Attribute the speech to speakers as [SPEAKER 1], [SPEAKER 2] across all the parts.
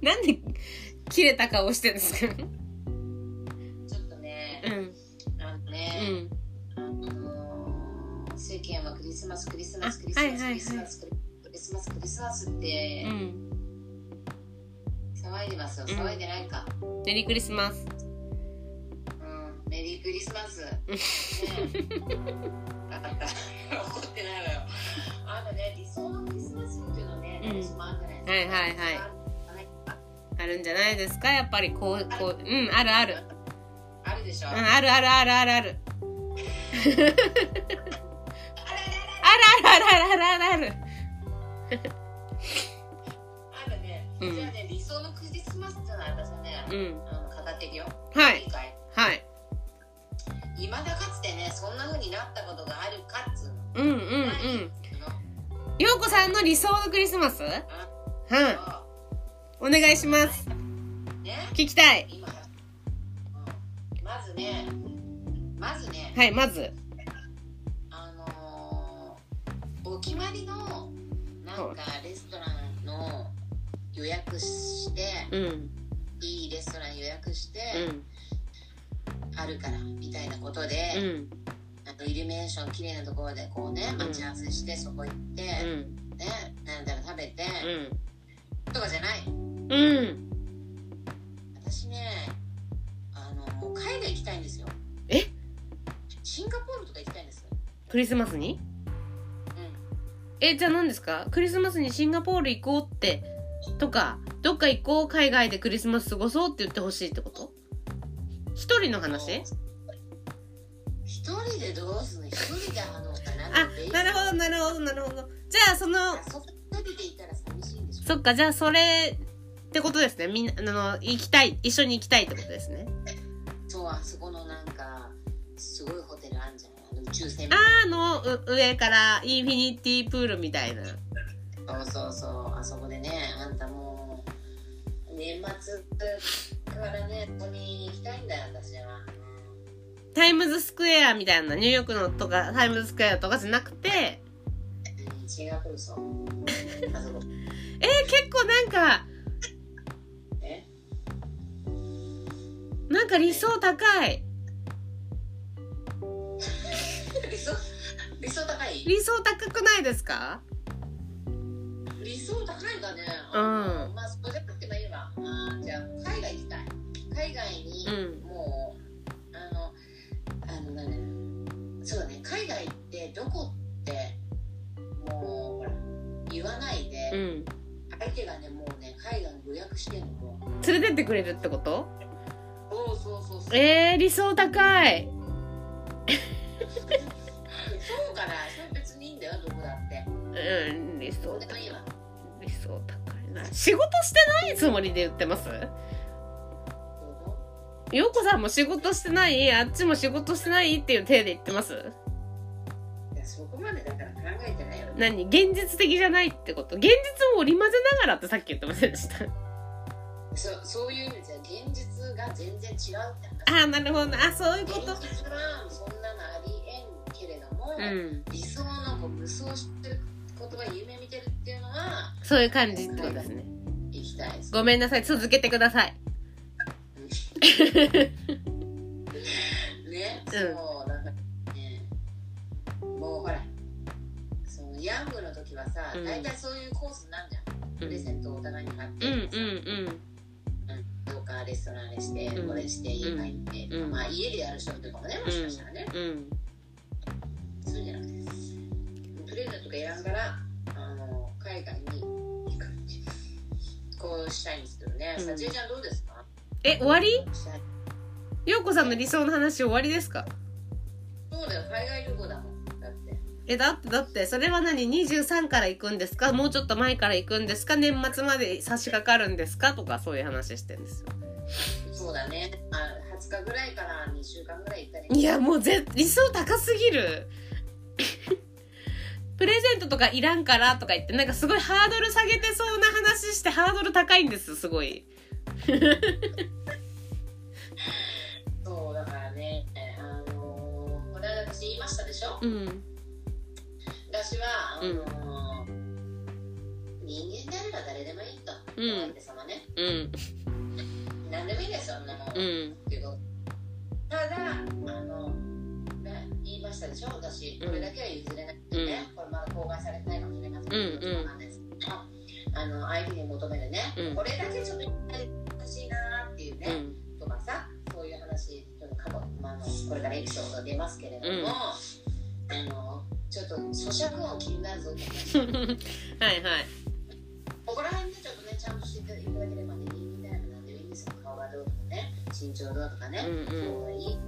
[SPEAKER 1] なんで切れた顔してるんですか
[SPEAKER 2] ちょっとね
[SPEAKER 1] う、ん
[SPEAKER 2] あの
[SPEAKER 1] う
[SPEAKER 2] ね、あ
[SPEAKER 1] ん
[SPEAKER 2] のー世間はクリスマス、クリスマス、
[SPEAKER 1] あ
[SPEAKER 2] クリスマス、
[SPEAKER 1] はいはいはい
[SPEAKER 2] クリスマス、クリスマス、クリスマスっ
[SPEAKER 1] う
[SPEAKER 2] て
[SPEAKER 1] ん
[SPEAKER 2] 騒いでますよ。
[SPEAKER 1] うん
[SPEAKER 2] 騒いでないか。
[SPEAKER 1] メリークリスマス
[SPEAKER 2] うん、メリークリスマス。ね、分かった。怒ってないわよ。あのね、理想のクリスマスっていうのね、
[SPEAKER 1] うん
[SPEAKER 2] 私もあるじゃないですか。
[SPEAKER 1] はいはいはい
[SPEAKER 2] はい。
[SPEAKER 1] あるんじゃないですかやっぱりこうこううんあるある
[SPEAKER 2] あるでしょ。
[SPEAKER 1] うん
[SPEAKER 2] あら
[SPEAKER 1] あるあるあるあるあるあるあるあるあるあるある
[SPEAKER 2] あるね。
[SPEAKER 1] うん
[SPEAKER 2] じゃあね、理想のクリスマスっていうのは私はね、
[SPEAKER 1] うん
[SPEAKER 2] あの語っていくよ。
[SPEAKER 1] はい
[SPEAKER 2] いいかい
[SPEAKER 1] はい
[SPEAKER 2] 未だかつてねそんな風になったことがあるかっつうの
[SPEAKER 1] うんうんうんようこさんの理想のクリスマスうんお願いします
[SPEAKER 2] ね
[SPEAKER 1] 聞きたい
[SPEAKER 2] 今うんまずねまずね
[SPEAKER 1] はいまず
[SPEAKER 2] あのーお決まりのなんかレストランの予約して
[SPEAKER 1] うん
[SPEAKER 2] いいレストラン予約して
[SPEAKER 1] うん
[SPEAKER 2] あるからみたいなこと
[SPEAKER 1] う
[SPEAKER 2] で、
[SPEAKER 1] ん
[SPEAKER 2] あとイルミネーション綺麗なところでこうね待ち合わせしてそこ行って、
[SPEAKER 1] うん
[SPEAKER 2] ねなんだら食べて、とかじゃない
[SPEAKER 1] うんうん
[SPEAKER 2] 私ねあの海外行きたいんですよ
[SPEAKER 1] え
[SPEAKER 2] シンガポールとか行きたいんです
[SPEAKER 1] クリスマスに
[SPEAKER 2] うん
[SPEAKER 1] えじゃあ何ですかクリスマスにシンガポール行こうってとかどっか行こう海外でクリスマス過ごそうって言ってほしいってこと一人の話
[SPEAKER 2] 一人でどうすんの一人であの
[SPEAKER 1] あなる
[SPEAKER 2] ほ
[SPEAKER 1] ほどなるほどなるほどじゃあその
[SPEAKER 2] そこ一人で行ったら寂しいんでしょ
[SPEAKER 1] そっかじゃあそれってことですねみんなあの行きたい一緒に行きたいってことですね
[SPEAKER 2] そうあそこのなんかすごいホテルあんじゃんあの宇宙船みたい
[SPEAKER 1] あーのう上からインフィニティプールみたいな
[SPEAKER 2] なそうそうそうあそこでねあんたもう年末からねここに行きたいんだよ私は
[SPEAKER 1] タイムズスクエアみたいなニューヨークのとかタイムズスクエアとかじゃなくて
[SPEAKER 2] うんシンガポールそうあそこ
[SPEAKER 1] えー、結構なんか
[SPEAKER 2] え
[SPEAKER 1] なんか理想高い
[SPEAKER 2] 理想理想高い
[SPEAKER 1] 理想高くないですか
[SPEAKER 2] 理想高いかね
[SPEAKER 1] うん
[SPEAKER 2] まあそこじゃなくてもいいわあーじゃあ海外行きたい海外に
[SPEAKER 1] うん
[SPEAKER 2] もう、あのあのなんだそうだね海外ってどこってもうほら言わないうで、
[SPEAKER 1] ん
[SPEAKER 2] 相手がねもうね海外に予約してんのもう
[SPEAKER 1] 連れてってくれるってこと
[SPEAKER 2] そうそうそうそう
[SPEAKER 1] えー、理想高い
[SPEAKER 2] そうかなそれ別にいいんだよどこだって
[SPEAKER 1] うん理
[SPEAKER 2] ど
[SPEAKER 1] 想
[SPEAKER 2] うでもいいわ
[SPEAKER 1] 理想高いな仕事してないつもりで言ってます陽子さんも仕事してないあっちも仕事してないっていう体で言ってます
[SPEAKER 2] いやそこまでだから考えてないよ
[SPEAKER 1] 何現実的じゃないってこと現実を織り交ぜながらってさっき言ってませんでした
[SPEAKER 2] そそういう意味じゃ現実が全然違うって話
[SPEAKER 1] ああなるほどなあそういうこ
[SPEAKER 2] 現実
[SPEAKER 1] と
[SPEAKER 2] はそんなのありえんけれども、
[SPEAKER 1] うん
[SPEAKER 2] 理想のこう無双してることが夢見てるっていうのは
[SPEAKER 1] そういう感じってことですね
[SPEAKER 2] 行きたいです
[SPEAKER 1] ごめんなさい続けてください
[SPEAKER 2] ね、
[SPEAKER 1] ん
[SPEAKER 2] そうなんかねもうほらそのヤングの時はさ、
[SPEAKER 1] うん
[SPEAKER 2] 大体そういうコースになるじゃん
[SPEAKER 1] う
[SPEAKER 2] プレ
[SPEAKER 1] ん
[SPEAKER 2] ゼントをお互いに買って
[SPEAKER 1] うんうん
[SPEAKER 2] とかさうんどうかレストランあれして、
[SPEAKER 1] うん
[SPEAKER 2] これして家帰って、
[SPEAKER 1] うん
[SPEAKER 2] まあ家でやる人とかもねもしかしたらね、
[SPEAKER 1] うんうん
[SPEAKER 2] そうじゃなくてプレゼントとかいらんからあの海外に行くこうしたいんですけどね、
[SPEAKER 1] うん
[SPEAKER 2] さちえちゃんどうですか
[SPEAKER 1] え終わり
[SPEAKER 2] したい
[SPEAKER 1] 陽子さんの理想の話終わりですか
[SPEAKER 2] そうだよ海外旅行だもんだって
[SPEAKER 1] えだってだってそれは何23から行くんですかもうちょっと前から行くんですか年末まで差し掛かるんですかとかそういう話してんですよ
[SPEAKER 2] そうだねあ20日ぐらいから2週間ぐらい行ったり
[SPEAKER 1] いやもうぜ理想高すぎる プレゼントとかいらんからとか言ってなんかすごいハードル下げてそうな話してハードル高いんですすごい
[SPEAKER 2] そうだからねえあのーこれ私言いましたでしょ
[SPEAKER 1] うん
[SPEAKER 2] 私はあのー人間であれば誰でもいいと
[SPEAKER 1] うん
[SPEAKER 2] 神様ね
[SPEAKER 1] うん
[SPEAKER 2] 何でもいいんですよそんなもん、
[SPEAKER 1] うん
[SPEAKER 2] けどただあの、ね、言いましたでしょ私
[SPEAKER 1] うん
[SPEAKER 2] これだけは譲れないってね、これまだ公開されてないかもしれませんけ
[SPEAKER 1] うんうん
[SPEAKER 2] ど、そうなんですあの相手に求めるね、
[SPEAKER 1] うん
[SPEAKER 2] これだけちょっと難しいなーっていうね、
[SPEAKER 1] うん
[SPEAKER 2] とかさそういう話ちょっと過去、まあ、あのこれからエピソードが出ますけれども、
[SPEAKER 1] うん
[SPEAKER 2] あのちょっと咀嚼音気になるぞって話
[SPEAKER 1] はいはい
[SPEAKER 2] ここら辺でちょっとねちゃんとしていただければねいいみたいななんでもいいんですよ顔がどうとかね身長どうとかね、
[SPEAKER 1] うんうん
[SPEAKER 2] そうがいい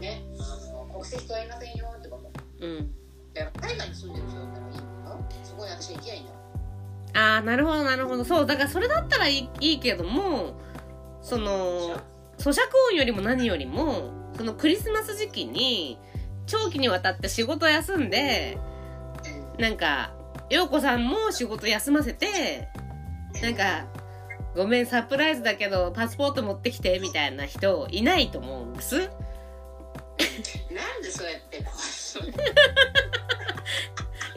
[SPEAKER 2] ねあの国籍問いませんよとかも
[SPEAKER 1] うん
[SPEAKER 2] だから海外に住んでる人だったらいいんだよそこに私行きゃいいんだよ
[SPEAKER 1] ああなるほどなるほどそうだからそれだったらいいいいけどもその咀嚼音よりも何よりもそのクリスマス時期に長期にわたって仕事を休んでなんか陽子さんも仕事休ませてなんか「ごめんサプライズだけどパスポート持ってきて」みたいな人いないと思うんです
[SPEAKER 2] なんでそうやってこ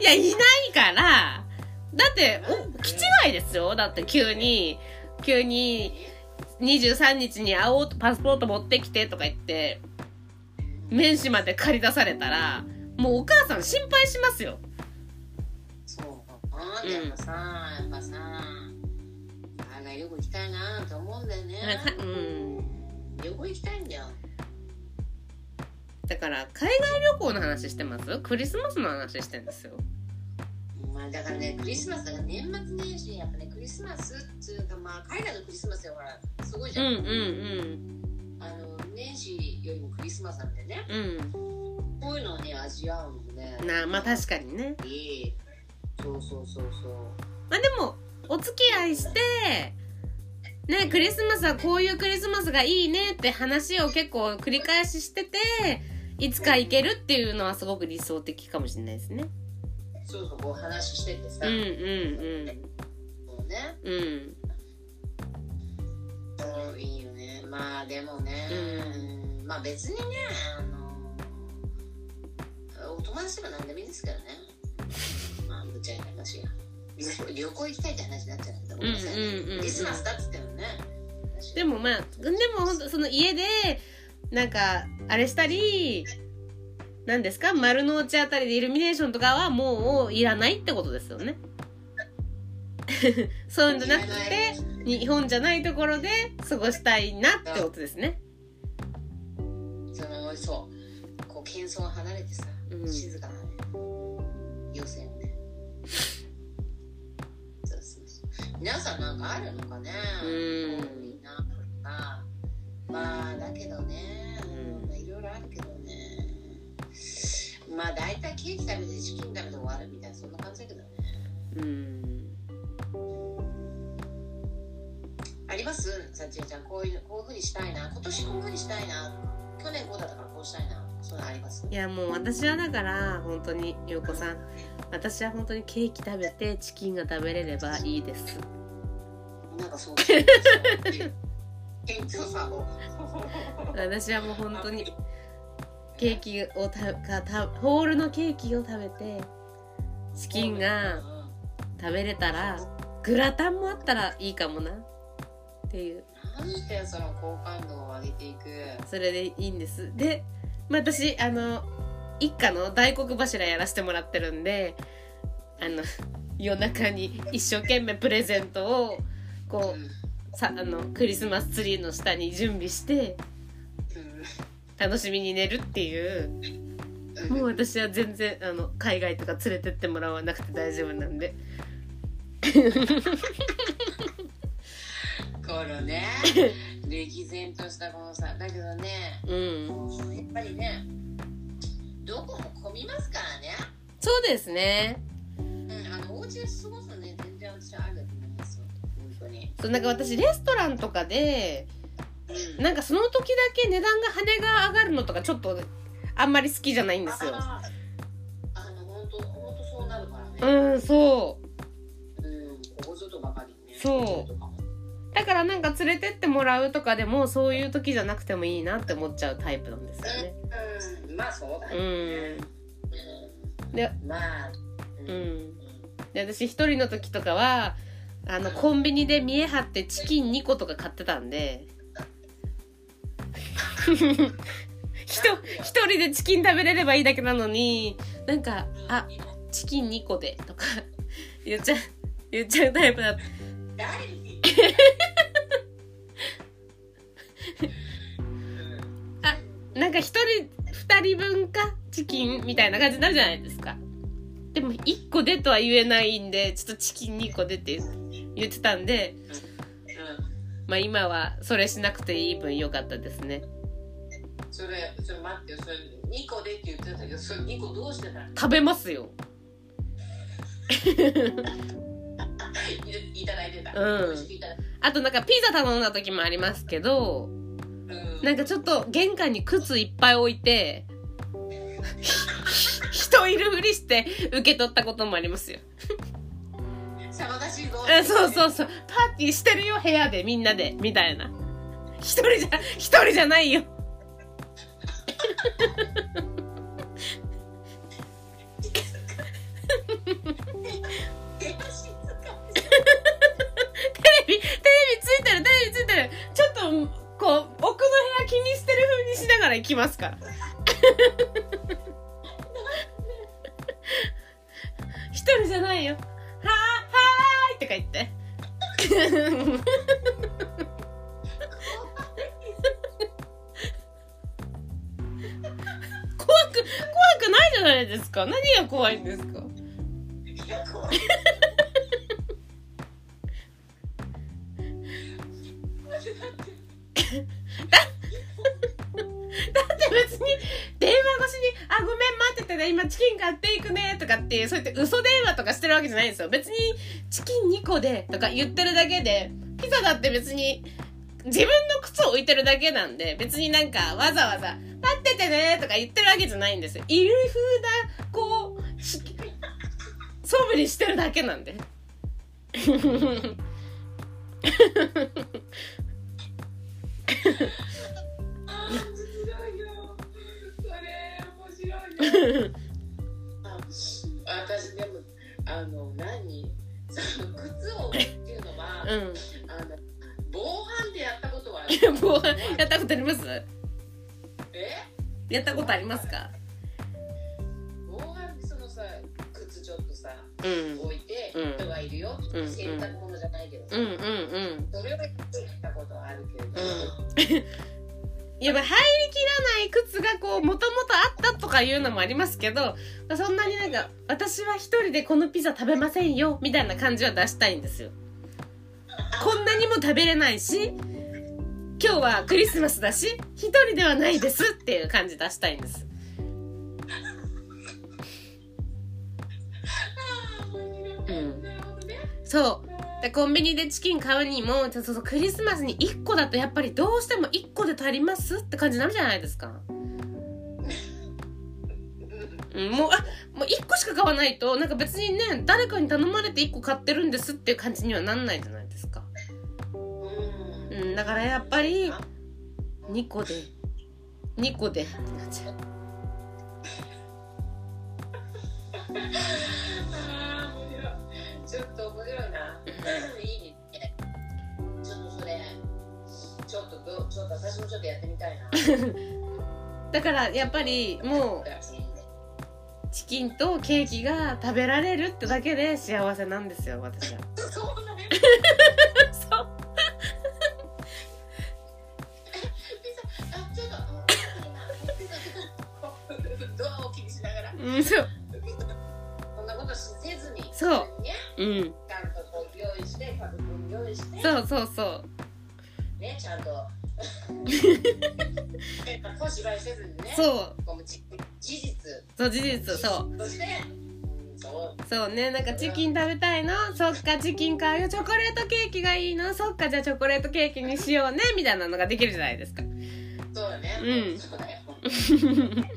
[SPEAKER 2] う
[SPEAKER 1] いやいないからだってお気違いですよだって急に急に23日に会おうとパスポート持ってきてとか言って面子まで借り出されたらもうお母さん心配しますよ
[SPEAKER 2] そうなんでやっぱさ、やっぱさ海外旅行行きたいなと思うんだよね
[SPEAKER 1] なんかうん
[SPEAKER 2] 旅行行きたいんだよ
[SPEAKER 1] だから海外旅行の話してますクリスマスの話してんですよ
[SPEAKER 2] まあだからねクリスマスだから年末年始やっぱねクリスマスっていうかまあ海外のクリスマスよほらすごいじ
[SPEAKER 1] うん
[SPEAKER 2] ゃん、
[SPEAKER 1] うんうん
[SPEAKER 2] あの年始よりもクリスマスなんでね
[SPEAKER 1] う
[SPEAKER 2] こういうのをね味わうのもね
[SPEAKER 1] んなまあ確かにね
[SPEAKER 2] いいそうそうそうそう
[SPEAKER 1] まあでもお付き合いしてねクリスマスはこういうクリスマスがいいねって話を結構繰り返ししてていつか行けるっていうのはすごく理想的かもしれないですね
[SPEAKER 2] そうそうこう話してってさ、
[SPEAKER 1] う
[SPEAKER 2] そう
[SPEAKER 1] ん
[SPEAKER 2] ね
[SPEAKER 1] うんうんうん
[SPEAKER 2] うんいいよねまあでもね、うんまあ別にねあのお友達でも何でもいいですからねまあぶっちゃけた話が旅旅行行きたいって話になっちゃうんだごめんなさいね
[SPEAKER 1] うんうんうんうん
[SPEAKER 2] クリスマスだっつってもね
[SPEAKER 1] でもまあでも本当その家でなんかあれしたり何ですか丸の内あたりでイルミネーションとかはもういらないってことですよね そうじゃなくて日本じゃないところで過ごしたいなってことですね
[SPEAKER 2] そのそうこう喧騒が離れてさ、
[SPEAKER 1] うん
[SPEAKER 2] 静かなね要請をねそうそうそう皆さんなんかあるのかね
[SPEAKER 1] うん
[SPEAKER 2] みんなまあまあだけどね
[SPEAKER 1] うん
[SPEAKER 2] まあいろいろあるけどねまあ大体ケーキ食べてチキン食べて終わるみたいなそんな感じだけどね
[SPEAKER 1] うん
[SPEAKER 2] ありますさちえちゃんこういうこういうふうにしたいな今年こういうふうにしたいな去年こうだったからこうしたいなそういうのあります
[SPEAKER 1] いやもう私はだから本当に陽子さん私は本当にケーキ食べてチキンが食べれればいいです
[SPEAKER 2] なんかそう。店長さんも。
[SPEAKER 1] 私はもう本当にケーキをたかたホールのケーキを食べてチキンが食べれたらグラタンもあったらいいかもなっていう
[SPEAKER 2] なんでその好感度を上げていく。
[SPEAKER 1] それでいいんですで、まあ、私あの一家の大黒柱やらせてもらってるんであの夜中に一生懸命プレゼントをこ
[SPEAKER 2] うん
[SPEAKER 1] うさあのクリスマスツリーの下に準備して楽しみに寝るっていう
[SPEAKER 2] うん
[SPEAKER 1] もう私は全然あの海外とか連れてってもらわなくて大丈夫なんで
[SPEAKER 2] このね、歴然としたこのさ、だけどね、
[SPEAKER 1] うん
[SPEAKER 2] やっぱりね、どこも混みますからね。
[SPEAKER 1] そうですね
[SPEAKER 2] うん、あのお家で過ごすのね、全然私はあると思いますよ。本当に。
[SPEAKER 1] そうなんか私レストランとかで
[SPEAKER 2] うん。
[SPEAKER 1] なんかその時だけ値段が羽が上がるのとかちょっとあんまり好きじゃないんですよ
[SPEAKER 2] ああの本当本当そうなるからね。
[SPEAKER 1] うんそう
[SPEAKER 2] うん、ここぞとばかりね。
[SPEAKER 1] そう
[SPEAKER 2] ここぞとばかり
[SPEAKER 1] だからなんか連れてってもらうとかでもそういう時じゃなくてもいいなって思っちゃうタイプなんですよね
[SPEAKER 2] うん、まあそうだ
[SPEAKER 1] う
[SPEAKER 2] ね。
[SPEAKER 1] ん
[SPEAKER 2] うん
[SPEAKER 1] で
[SPEAKER 2] まあ、う。
[SPEAKER 1] うんんで私一人の時とかはあのコンビニで見え張ってチキン2個とか買ってたんで ひと一人でチキン食べれればいいだけなのになんか「あチキン2個で」とか言っちゃう言っちゃうタイプだった
[SPEAKER 2] 誰に
[SPEAKER 1] あなんか1人2人分かチキンみたいな感じになるじゃないですかでも1個でとは言えないんでちょっとチキン2個でって言ってたんで
[SPEAKER 2] う
[SPEAKER 1] まあ今はそれしなくていい分良かったですね
[SPEAKER 2] んそれそれ待ってよそれ2個でって言ってたけどそれ2個どうしてたの
[SPEAKER 1] 食べますよ
[SPEAKER 2] いただいてた
[SPEAKER 1] うん
[SPEAKER 2] 美味しくいただいて
[SPEAKER 1] あとなんかピザ頼んだ時もありますけど
[SPEAKER 2] たうん
[SPEAKER 1] なんかちょっと玄関に靴いっぱい置いて人いるふりして受け取ったこともありますよ
[SPEAKER 2] 騒がしいぞ
[SPEAKER 1] えそうそうそうパーティーしてるよ部屋でみんなでみたいな一人じゃ一人じゃないよ
[SPEAKER 2] 静か静か
[SPEAKER 1] テレビテレビついてるテレビついてるちょっとこう奥の部屋気にしてる風にしながら行きますから一人じゃないよはーはーいとか言って怖く怖くないじゃないですか何が怖いんですか
[SPEAKER 2] いや怖 い待って待って
[SPEAKER 1] だって別に電話越しに「あごめん待っててね今チキン買っていくね」とかっていうそうやって嘘電話とかしてるわけじゃないんですよ別に「チキン2個で」とか言ってるだけでピザだって別に自分の靴を置いてるだけなんで別になんかわざわざ「待っててね」とか言ってるわけじゃないんですよいる風なこうしそぶりしてるだけなんで
[SPEAKER 2] あー面白いよそれ面白いよあ私でもあの何その靴を置くっていうのは、
[SPEAKER 1] うん
[SPEAKER 2] あの防犯でやったことはある
[SPEAKER 1] もうやったことあります
[SPEAKER 2] え
[SPEAKER 1] やったことありますか
[SPEAKER 2] 防犯でそのさ靴ちょっとさ
[SPEAKER 1] うん
[SPEAKER 2] 置いて
[SPEAKER 1] うん
[SPEAKER 2] 人がいるよ、
[SPEAKER 1] うん
[SPEAKER 2] 洗濯物じゃないけどさ、
[SPEAKER 1] うんうんうん
[SPEAKER 2] それをやったことはあるけれど、
[SPEAKER 1] やっぱ入りきらない靴がこうもともとあったとかいうのもありますけどそんなになんか私は一人でこのピザ食べませんよみたいな感じは出したいんですよこんなにも食べれないし今日はクリスマスだし一人ではないですっていう感じ出したいんです
[SPEAKER 2] あー面白い
[SPEAKER 1] うん
[SPEAKER 2] なるほどね
[SPEAKER 1] そうでコンビニでチキン買うにもちょっとそうクリスマスに1個だとやっぱりどうしても1個で足りますって感じになるじゃないです かうんもうあもう1個しか買わないとなんか別にね誰かに頼まれて1個買ってるんですっていう感じにはなんないじゃないですか、
[SPEAKER 2] うん
[SPEAKER 1] うん、だからやっぱり2個で2個でなっちゃう
[SPEAKER 2] あー面白いちょっと面白いな。 いいね。ちょっとそれ、ちょっとどう、ちょっと私もちょっとやってみたいな。
[SPEAKER 1] だからやっぱりもう
[SPEAKER 2] う。
[SPEAKER 1] チキンとケーキが食べられるってだけで幸せなんですよ私は
[SPEAKER 2] そうなの。ピ
[SPEAKER 1] そう
[SPEAKER 2] ザ、あ、ちょっとあのピザ。ドアを気にしながら、
[SPEAKER 1] うんそう
[SPEAKER 2] こんなことしせずに。
[SPEAKER 1] そう
[SPEAKER 2] ね、
[SPEAKER 1] うん
[SPEAKER 2] ちゃんとこう用意して、家族分用意して。
[SPEAKER 1] そうそうそう
[SPEAKER 2] ね、ちゃ んと。ね小芝居せずにね。
[SPEAKER 1] そう
[SPEAKER 2] このじ事実。
[SPEAKER 1] そう事実そう
[SPEAKER 2] そして、うんそう
[SPEAKER 1] そうねなんかチキン食べたいのそっかチキン買うよチョコレートケーキがいいのそっかじゃあチョコレートケーキにしようねみたいなのができるじゃないですか
[SPEAKER 2] そうだね。
[SPEAKER 1] うん
[SPEAKER 2] そうだよ。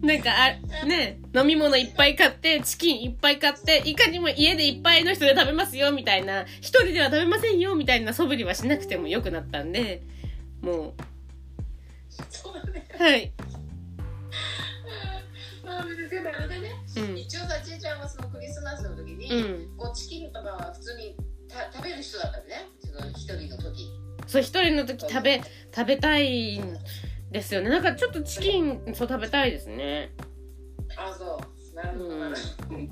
[SPEAKER 1] なんかあね飲み物いっぱい買ってチキンいっぱい買っていかにも家でいっぱいの人で食べますよみたいな一人では食べませんよみたいな素振りはしなくてもよくなったんでも
[SPEAKER 2] そうだね。
[SPEAKER 1] うはい
[SPEAKER 2] ああー難しいなあれでね、
[SPEAKER 1] うん
[SPEAKER 2] 一応さちえちゃんはそのクリスマスの時に、
[SPEAKER 1] うん
[SPEAKER 2] こうチキンとかは普通にた食べる人だったのねその一人の時
[SPEAKER 1] そう一人の時食べ食べたいんですよねなんかちょっとチキンそう食べたいですね
[SPEAKER 2] あそうなるほどなるほど、 ああ面白い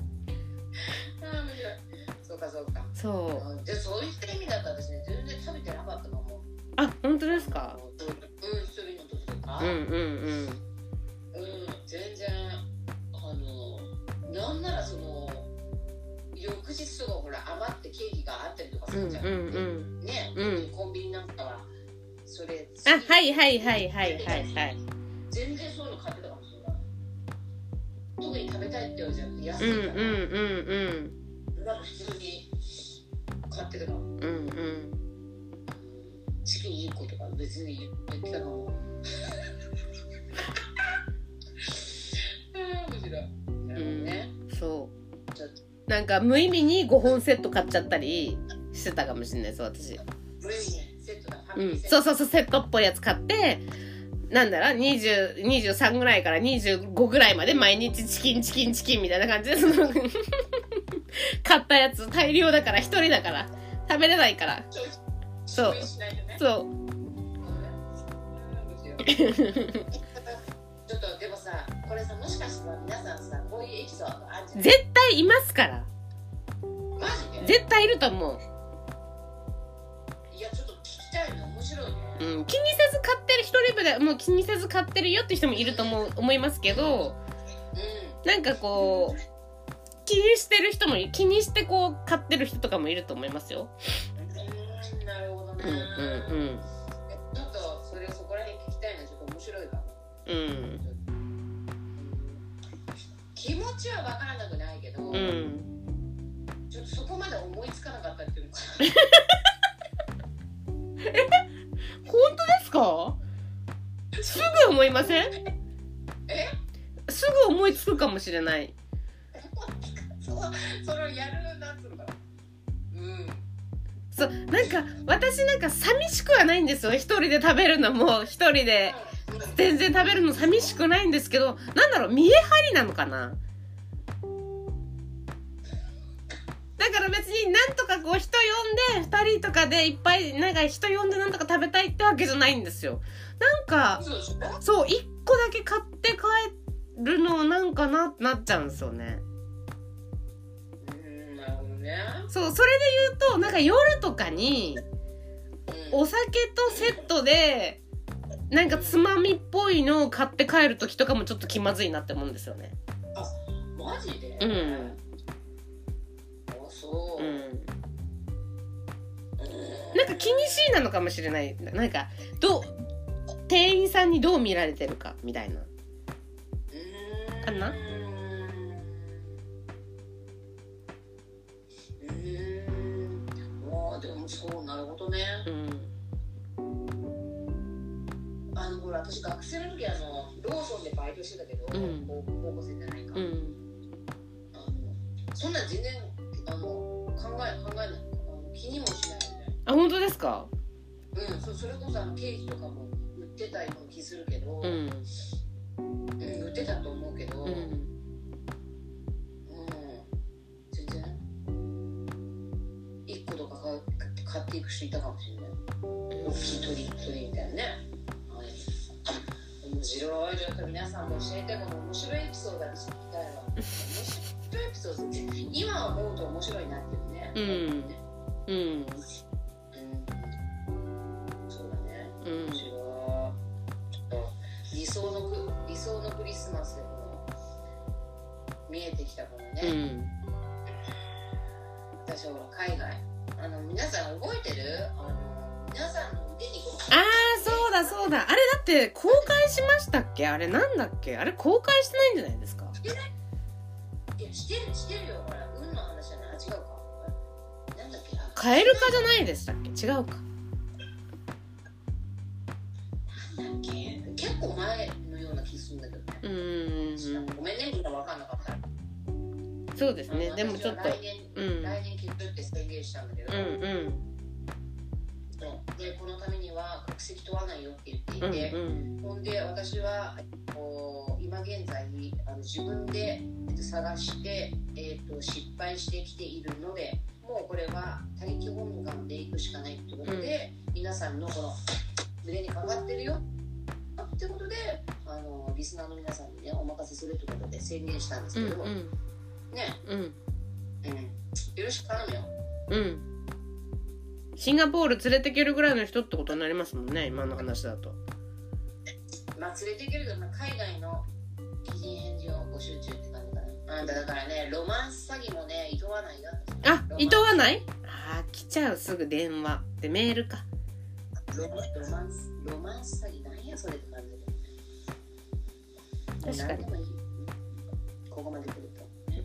[SPEAKER 2] そうかそうか
[SPEAKER 1] そう
[SPEAKER 2] あじゃあそういった意味だったんですね全然食べてなかったかも
[SPEAKER 1] あ本当ですか
[SPEAKER 2] うん一人の時とか
[SPEAKER 1] うんうん
[SPEAKER 2] うん全然あのなんならその翌日とかほら余ってケーキがあったりとかす
[SPEAKER 1] うんう
[SPEAKER 2] る
[SPEAKER 1] ん
[SPEAKER 2] じゃん、
[SPEAKER 1] うんうん
[SPEAKER 2] ね、
[SPEAKER 1] うん
[SPEAKER 2] コンビニなんかはそれ
[SPEAKER 1] あはいはいはいはいはいはい
[SPEAKER 2] 全然そういうの買ってたかもしれない特に食べたいってわけじゃなくて安
[SPEAKER 1] うんう
[SPEAKER 2] い
[SPEAKER 1] ん
[SPEAKER 2] から、
[SPEAKER 1] うん
[SPEAKER 2] なんか普通に買ってたから
[SPEAKER 1] うんうんうん
[SPEAKER 2] チキン1個とか別に言ってたかもああ面白いなるほどね、
[SPEAKER 1] そう
[SPEAKER 2] ちょっ
[SPEAKER 1] なんか無意味に5本セット買っちゃったりしてたかもしれないです私
[SPEAKER 2] 無理ねセットだファ
[SPEAKER 1] う
[SPEAKER 2] ミリー
[SPEAKER 1] ん、
[SPEAKER 2] セッ
[SPEAKER 1] そ
[SPEAKER 2] ト
[SPEAKER 1] うそうそうセットっぽいやつ買ってなんだろう20 23ぐらいから25ぐらいまで毎日チキンチキンチキンみたいな感じでその買ったやつ大量だから1人だから食べれないから
[SPEAKER 2] ちょい
[SPEAKER 1] そう
[SPEAKER 2] 注意しないとね
[SPEAKER 1] そう
[SPEAKER 2] ちょっとでもさこれさもしかしたら皆さんさこういうエピソードあるじゃん
[SPEAKER 1] 絶対いますから
[SPEAKER 2] マジで
[SPEAKER 1] 絶対いると思う、
[SPEAKER 2] いやちょっと聞きたいの面白いね
[SPEAKER 1] うん、気にせず買ってる一人でもう気にせず買ってるよって人もいると思う思いますけど
[SPEAKER 2] う
[SPEAKER 1] なんかこう気にしてる人もい気にしてこう買ってる人とかもいると思いますよ
[SPEAKER 2] ん、うん、なるほどね、
[SPEAKER 1] うんうん
[SPEAKER 2] ちょっとそれをそこら辺聞きたいのちょっと面白いわ
[SPEAKER 1] うん
[SPEAKER 2] 気持ちは分からなくないけど、
[SPEAKER 1] うんうん
[SPEAKER 2] ちょっとそこまで思いつかなかったっていうか
[SPEAKER 1] 本当ですかすぐ思いません
[SPEAKER 2] え
[SPEAKER 1] すぐ思いつくかもしれない
[SPEAKER 2] そうそれをやるなんつうのかなうん
[SPEAKER 1] そうなんか私なんか寂しくはないんですよ一人で食べるのも一人で全然食べるの寂しくないんですけどなんだろう見え張りなのかなだから別になんとかこう人呼んで2人とかでいっぱいなんか人呼んでなんとか食べたいってわけじゃないんですよなんか
[SPEAKER 2] そうでしょ
[SPEAKER 1] そう一個だけ買って帰るのなんかなってなっちゃうんですよね
[SPEAKER 2] うんなるほどね
[SPEAKER 1] そうそれで言うとなんか夜とかに
[SPEAKER 2] うん
[SPEAKER 1] お酒とセットでなんかつまみっぽいのを買って帰る時とかもちょっと気まずいなって思うんですよね
[SPEAKER 2] マジで
[SPEAKER 1] うん
[SPEAKER 2] あそうう、うん
[SPEAKER 1] んなんか気にしいなのかもしれないなんかどう店員さんにどう見られてるかみたいな
[SPEAKER 2] う
[SPEAKER 1] かな
[SPEAKER 2] うんまあでもそうなるほどね
[SPEAKER 1] うん
[SPEAKER 2] あのほら私学生の時あのローソンでバイトしてたけど、
[SPEAKER 1] うん
[SPEAKER 2] 高高校生じゃないか、
[SPEAKER 1] うん
[SPEAKER 2] あのそんなん全然あの考え考えないあの気にもしない
[SPEAKER 1] あ本当ですか
[SPEAKER 2] みたいな、うん、そそれこそあのケーキとかも売ってたような気するけど、う
[SPEAKER 1] う
[SPEAKER 2] ん
[SPEAKER 1] ん
[SPEAKER 2] 売ってたと思うけど、
[SPEAKER 1] う
[SPEAKER 2] うん、
[SPEAKER 1] ん
[SPEAKER 2] 全然1個とか買う買っていく人いたかもしれない大きい鳥鳥みたいなね、はい、面白いちょっと皆さんも教えてこの面白いエピソードが聞きたいわ面白いエピソードって今思うと面白いなっていうね
[SPEAKER 1] うんうん
[SPEAKER 2] うんそうだね。
[SPEAKER 1] うん
[SPEAKER 2] 面白いちょっと理想のく理想のクリスマスも見えてきたものね。
[SPEAKER 1] うん
[SPEAKER 2] 私はほら海外。あの皆さん動いてる？あの皆さんの腕にこう
[SPEAKER 1] あーそうだそうだあれだって公開しましたっけあれなんだっけあれ公開してないんじゃないですか
[SPEAKER 2] いやしてるしてるよほら運の話じゃないあ違うか。なんだっけな。
[SPEAKER 1] カエル化じゃないでしたっけ違うか
[SPEAKER 2] なんだっけ。結構前のような気するんだけどね。
[SPEAKER 1] うーん
[SPEAKER 2] ごめんねみんなわかんなかった。
[SPEAKER 1] そうですねでもちょっ
[SPEAKER 2] あ
[SPEAKER 1] と
[SPEAKER 2] の私は来年
[SPEAKER 1] うん
[SPEAKER 2] 来年結婚って宣言したんだけど、
[SPEAKER 1] うん
[SPEAKER 2] でこのためには国籍問わないよって言っていて、
[SPEAKER 1] うんうん
[SPEAKER 2] ほんで私はえっと今現在あの自分で、えっと、探して、えっと、失敗してきているのでもうこれは他力本願でいくしかないってことで、皆さんのこの胸にかかってるよってことであのリスナーの皆さんにねお任せするってことで宣言したんです
[SPEAKER 1] う
[SPEAKER 2] け
[SPEAKER 1] ん
[SPEAKER 2] ど、ね、
[SPEAKER 1] うん
[SPEAKER 2] うん、よろしく頼むよ。
[SPEAKER 1] うんシンガポール連れてけるぐらいの人ってことになりますもんね今の話だと
[SPEAKER 2] まあ、連れていけるけど、まあ、海外の擬人返事を募集中って感じかな。あんただからね、ロマンス詐欺もね、いとわないよ。
[SPEAKER 1] あ
[SPEAKER 2] ロマン
[SPEAKER 1] いとわないあー来ちゃうすぐ電話でメールか
[SPEAKER 2] ロマロマンス、ロマンス詐欺なんや、それって感じで。
[SPEAKER 1] 確かに
[SPEAKER 2] もう何でもいい。ここまで来ると。ね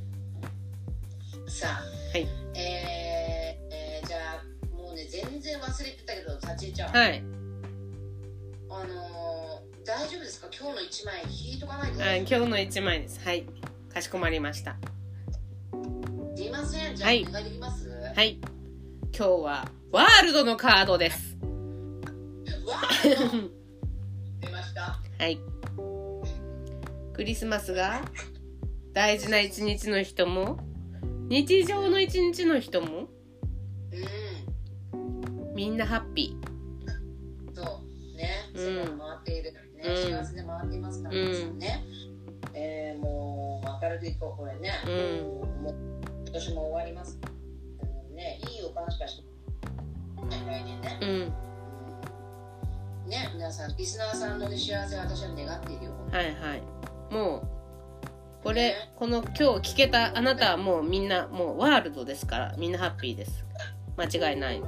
[SPEAKER 2] さあ、
[SPEAKER 1] はい
[SPEAKER 2] えーえーじゃあ、もうね、全然忘れてたけど、立ちちゃん。
[SPEAKER 1] はい
[SPEAKER 2] あのー大丈夫ですか今日の一枚引いとかないと
[SPEAKER 1] あ今日の一枚ですはいかしこまりました
[SPEAKER 2] すいませんじゃあ、
[SPEAKER 1] はい
[SPEAKER 2] お願いできます
[SPEAKER 1] はい今日はワールドのカードです
[SPEAKER 2] わー 出ました
[SPEAKER 1] はいクリスマスが大事な一日の人も日常の一日の人も
[SPEAKER 2] う
[SPEAKER 1] みんなハッピ
[SPEAKER 2] んそうね
[SPEAKER 1] うん
[SPEAKER 2] 世界回っているね、
[SPEAKER 1] うん
[SPEAKER 2] 幸せで回っていますから
[SPEAKER 1] うん
[SPEAKER 2] 皆さんね、えー、もう明るくいこうこれね、
[SPEAKER 1] うん
[SPEAKER 2] もう今年も終わります、うん、ねいい予感しかしてね来年ね
[SPEAKER 1] ーうん
[SPEAKER 2] ね皆さんリスナーさんのね幸せを私は願っているよ
[SPEAKER 1] はいはいもうこれこの今日聞けたあなたはもうみんなもうワールドですからみんなハッピーです間違いない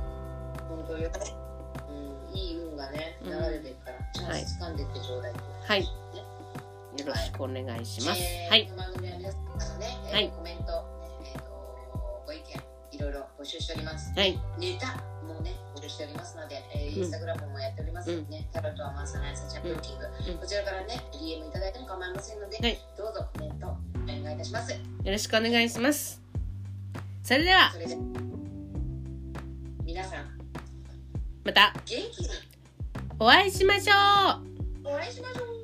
[SPEAKER 2] 本当よ、うん、いい運がね流れてるから、チャンス掴んでってちょうだいっていう
[SPEAKER 1] はいよろしくお願いします
[SPEAKER 2] えー
[SPEAKER 1] はい
[SPEAKER 2] この番組は皆さんからね、えー
[SPEAKER 1] はい
[SPEAKER 2] コメント、えーとご意見いろいろ募集しております。
[SPEAKER 1] はい
[SPEAKER 2] ネタもね募集しておりますので、えー
[SPEAKER 1] うん
[SPEAKER 2] インスタグラムもやっておりますのでね、タロットはマンサナイサチャップルキング、
[SPEAKER 1] うん
[SPEAKER 2] こちらからね DM いただいても構いませんので、
[SPEAKER 1] はい
[SPEAKER 2] どうぞコメントお願いいたします。
[SPEAKER 1] よろしくお願いしますそれでは
[SPEAKER 2] それでは皆さん
[SPEAKER 1] また
[SPEAKER 2] 元気に
[SPEAKER 1] お会いしましょう
[SPEAKER 2] お会いしましょう。